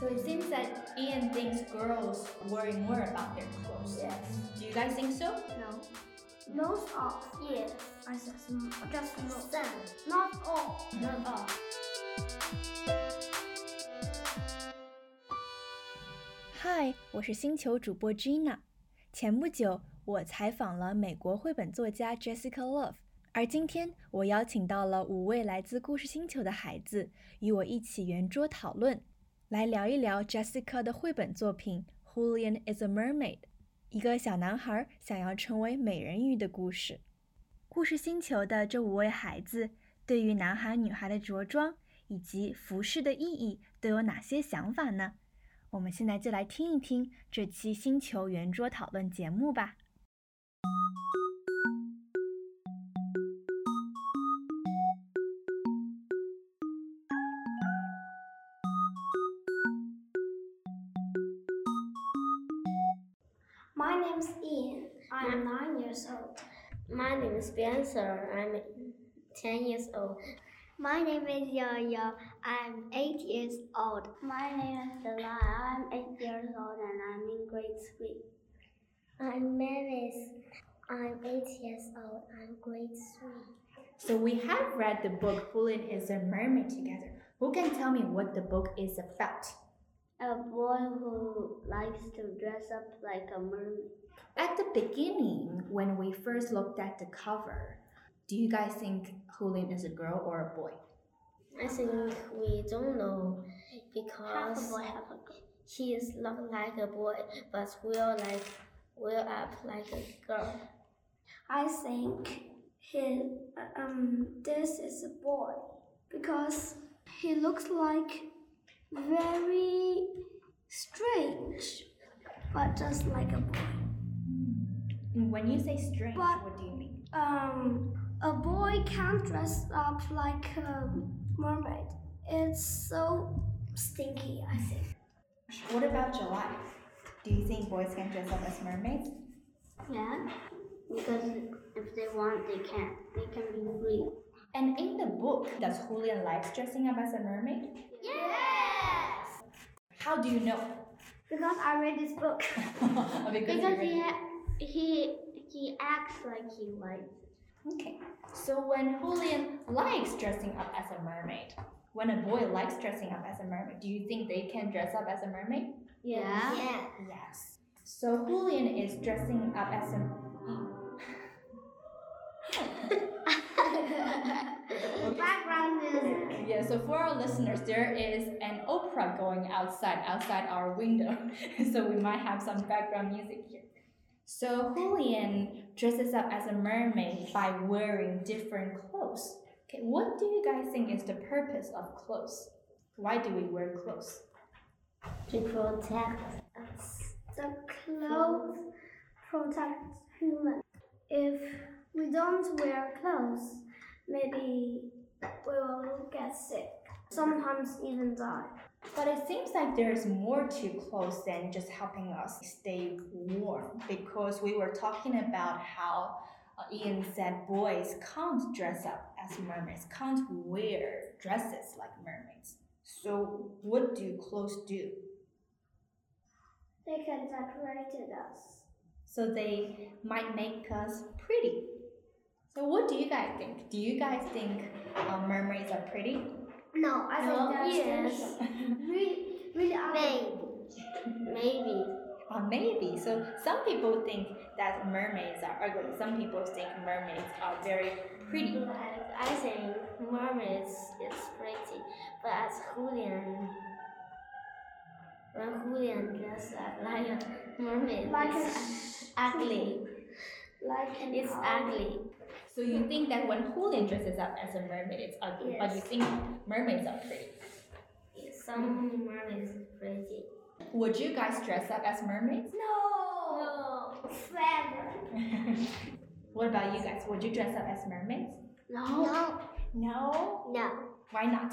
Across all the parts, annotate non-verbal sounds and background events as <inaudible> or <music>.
So it seems that Ian thinks girls worry more about their clothes. Yes. Do you guys think so? No. Most of. Yes. I just not. Just most. Not all. Not all. 嗨，我是星球主播 Gina。前不久，我采访了美国绘本作家 Jessica Love，而今天我邀请到了五位来自故事星球的孩子，与我一起圆桌讨论，来聊一聊 Jessica 的绘本作品《Julian is a Mermaid》，一个小男孩想要成为美人鱼的故事。故事星球的这五位孩子对于男孩女孩的着装以及服饰的意义都有哪些想法呢？我们现在就来听一听这期星球圆桌讨论节目吧。 My name's Ian. I'm nine years old. My name is Spencer. I'm 10 years old. My name is Yo Yo. I'm eight years old. My name is Delilah. I'm eight years old and I'm in grade three. I'm Mavis. I'm 8 years old. I'm grade 3. So we have read the book Julian is a Mermaid together. Who can tell me what the book is about? A boy who likes to dress up like a mermaid. At the beginning, when we first looked at the cover, do you guys think Julian is a girl or a boy? I think we don't know Half a because boy, half a girl. he is not like a boy, but will like will act like a girl. I think he, um, this is a boy because he looks like very strange, but just like a boy. And When you say strange, But- what do you mean? Um, a boy can't dress up like a mermaid. It's so stinky, I think. What about July? Do you think boys can dress up as mermaids? Yeah, because if they want, they can. They can be free. And in the book, does Julian like dressing up as a mermaid? Yes! How do you know? <laughs> Because I read this <laughs> book. because you read- he he acts like he likes. Okay. So when Julian likes dressing up as a mermaid, when a boy likes dressing up as a mermaid, do you think they can dress up as a mermaid? Yeah. Yeah. Yes. So Julian is dressing up as a. e- <laughs> <laughs> Background music. Yeah, so for our listeners, there is an opera going outside, outside our window. <laughs> so we might have some background music here. So Julian dresses up as a mermaid by wearing different clothes. Okay, what do you guys think is the purpose of clothes? Why do we wear clothes? To protect us. The clothes protect humans. If we don't wear clothes, maybe we will get sick. Sometimes even die. But it seems like there's more to clothes than just helping us stay warm because we were talking about how uh, Ian said boys can't dress up as mermaids, can't wear dresses like mermaids. So, what do clothes do? They can decorate us. So, they might make us pretty. So, what do you guys think? Do you guys think uh, mermaids are pretty? No, I No, think that's Oh, yes. <laughs> really, really ugly. Maybe. Uh, maybe. So some people think that mermaids are ugly. Some people think mermaids are very pretty. I think mermaids is pretty, but as Julian, when Julian dressed up like a mermaid, Like a it's ugly. Like an It's owl. ugly. So you think that when Julian dresses up as a mermaid, it's ugly, but you Yes. think mermaids are pretty. Some mermaids is pretty. Would you guys dress up as <laughs> mermaids? No, No. feather. what about you guys? Would you dress up as mermaids? No. No. No. Why not?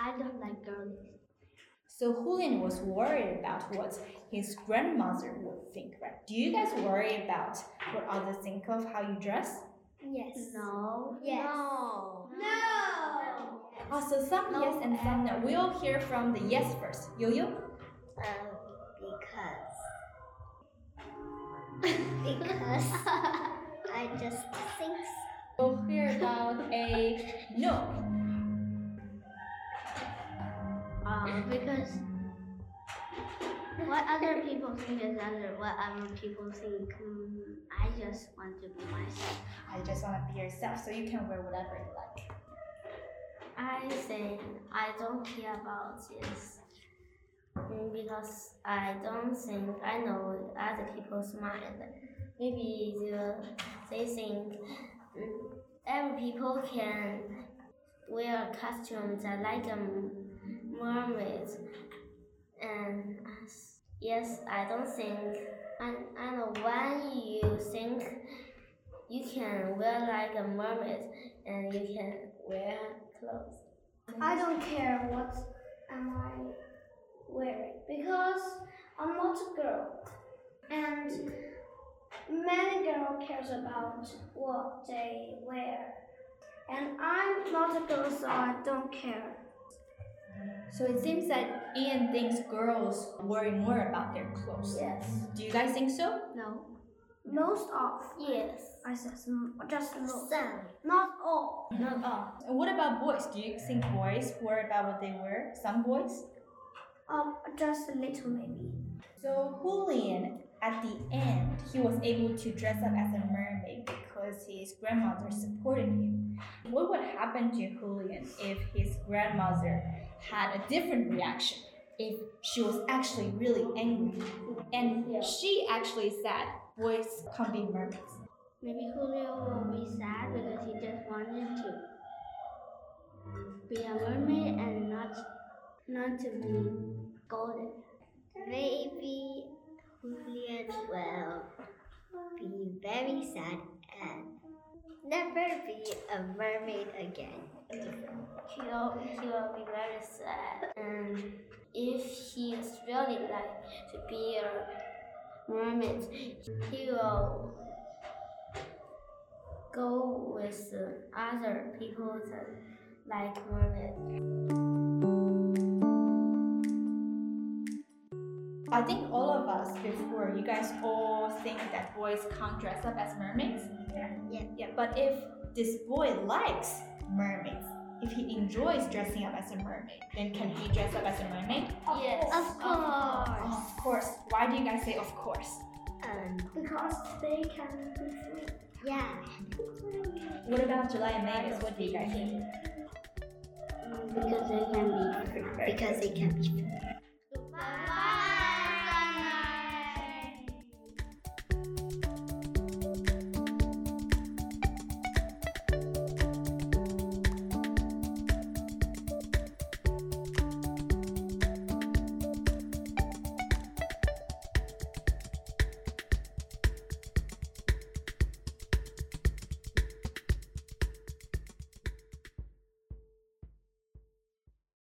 I don't like girls. So Julian was worried about what his grandmother would think, right? Do you guys worry about what others think of how you dress? Yes. No. Yes. No. No. Oh, so some No. yes and some no. We'll hear from the yes first. Yo yo. Um, <laughs> because. because I just think so. We'll hear about a no. <laughs> Uh, because what other people think is other. What other people think. mm, I just want to be myself. I just want to be yourself, so you can wear whatever you like. I say I don't care about this mm, because I don't think I know other people's mind. Maybe the, they think mm, every people can wear costumes that like um, a mermaid. And as- yes, I don't think I, I know when you think you can wear like a mermaid and you can wear clothes. I don't care what am I wearing because I'm not a girl, and many girl cares about what they wear, and I'm not a girl, so I don't care. So it seems that Ian thinks girls worry more about their clothes. Yes, Do you guys think so? No. most of Yes. I said some- just most, Some. not all. Not all. And what about boys? Do you think boys worry about what they wear? Some boys? Um, just a little maybe. So Julian, at the end, he was able to dress up as a mermaid because his grandmother supported him. What would happen to Julian if his grandmother had a different reaction? If she was actually really angry, and she actually said, "Boys can't be mermaids." Maybe Julio will be sad because he just wanted to be a mermaid and not not to be golden. Maybe Julian will be very sad and never be a mermaid again. He will, he will be very sad. And if he is really like to be a mermaid, he will go with the other people that like mermaids. I think all of us before, you guys all think that boys can't dress up as mermaids. Yeah. Yeah. Yeah. But if this boy likes mermaids, if he enjoys dressing up as a mermaid, then can he dress up as a mermaid? Yes. Of course. Of course. Why do you guys say of course? Um, Because they can be free. yeah. What about July and Mavis? What do you guys think? Because they can be free. Because they can be.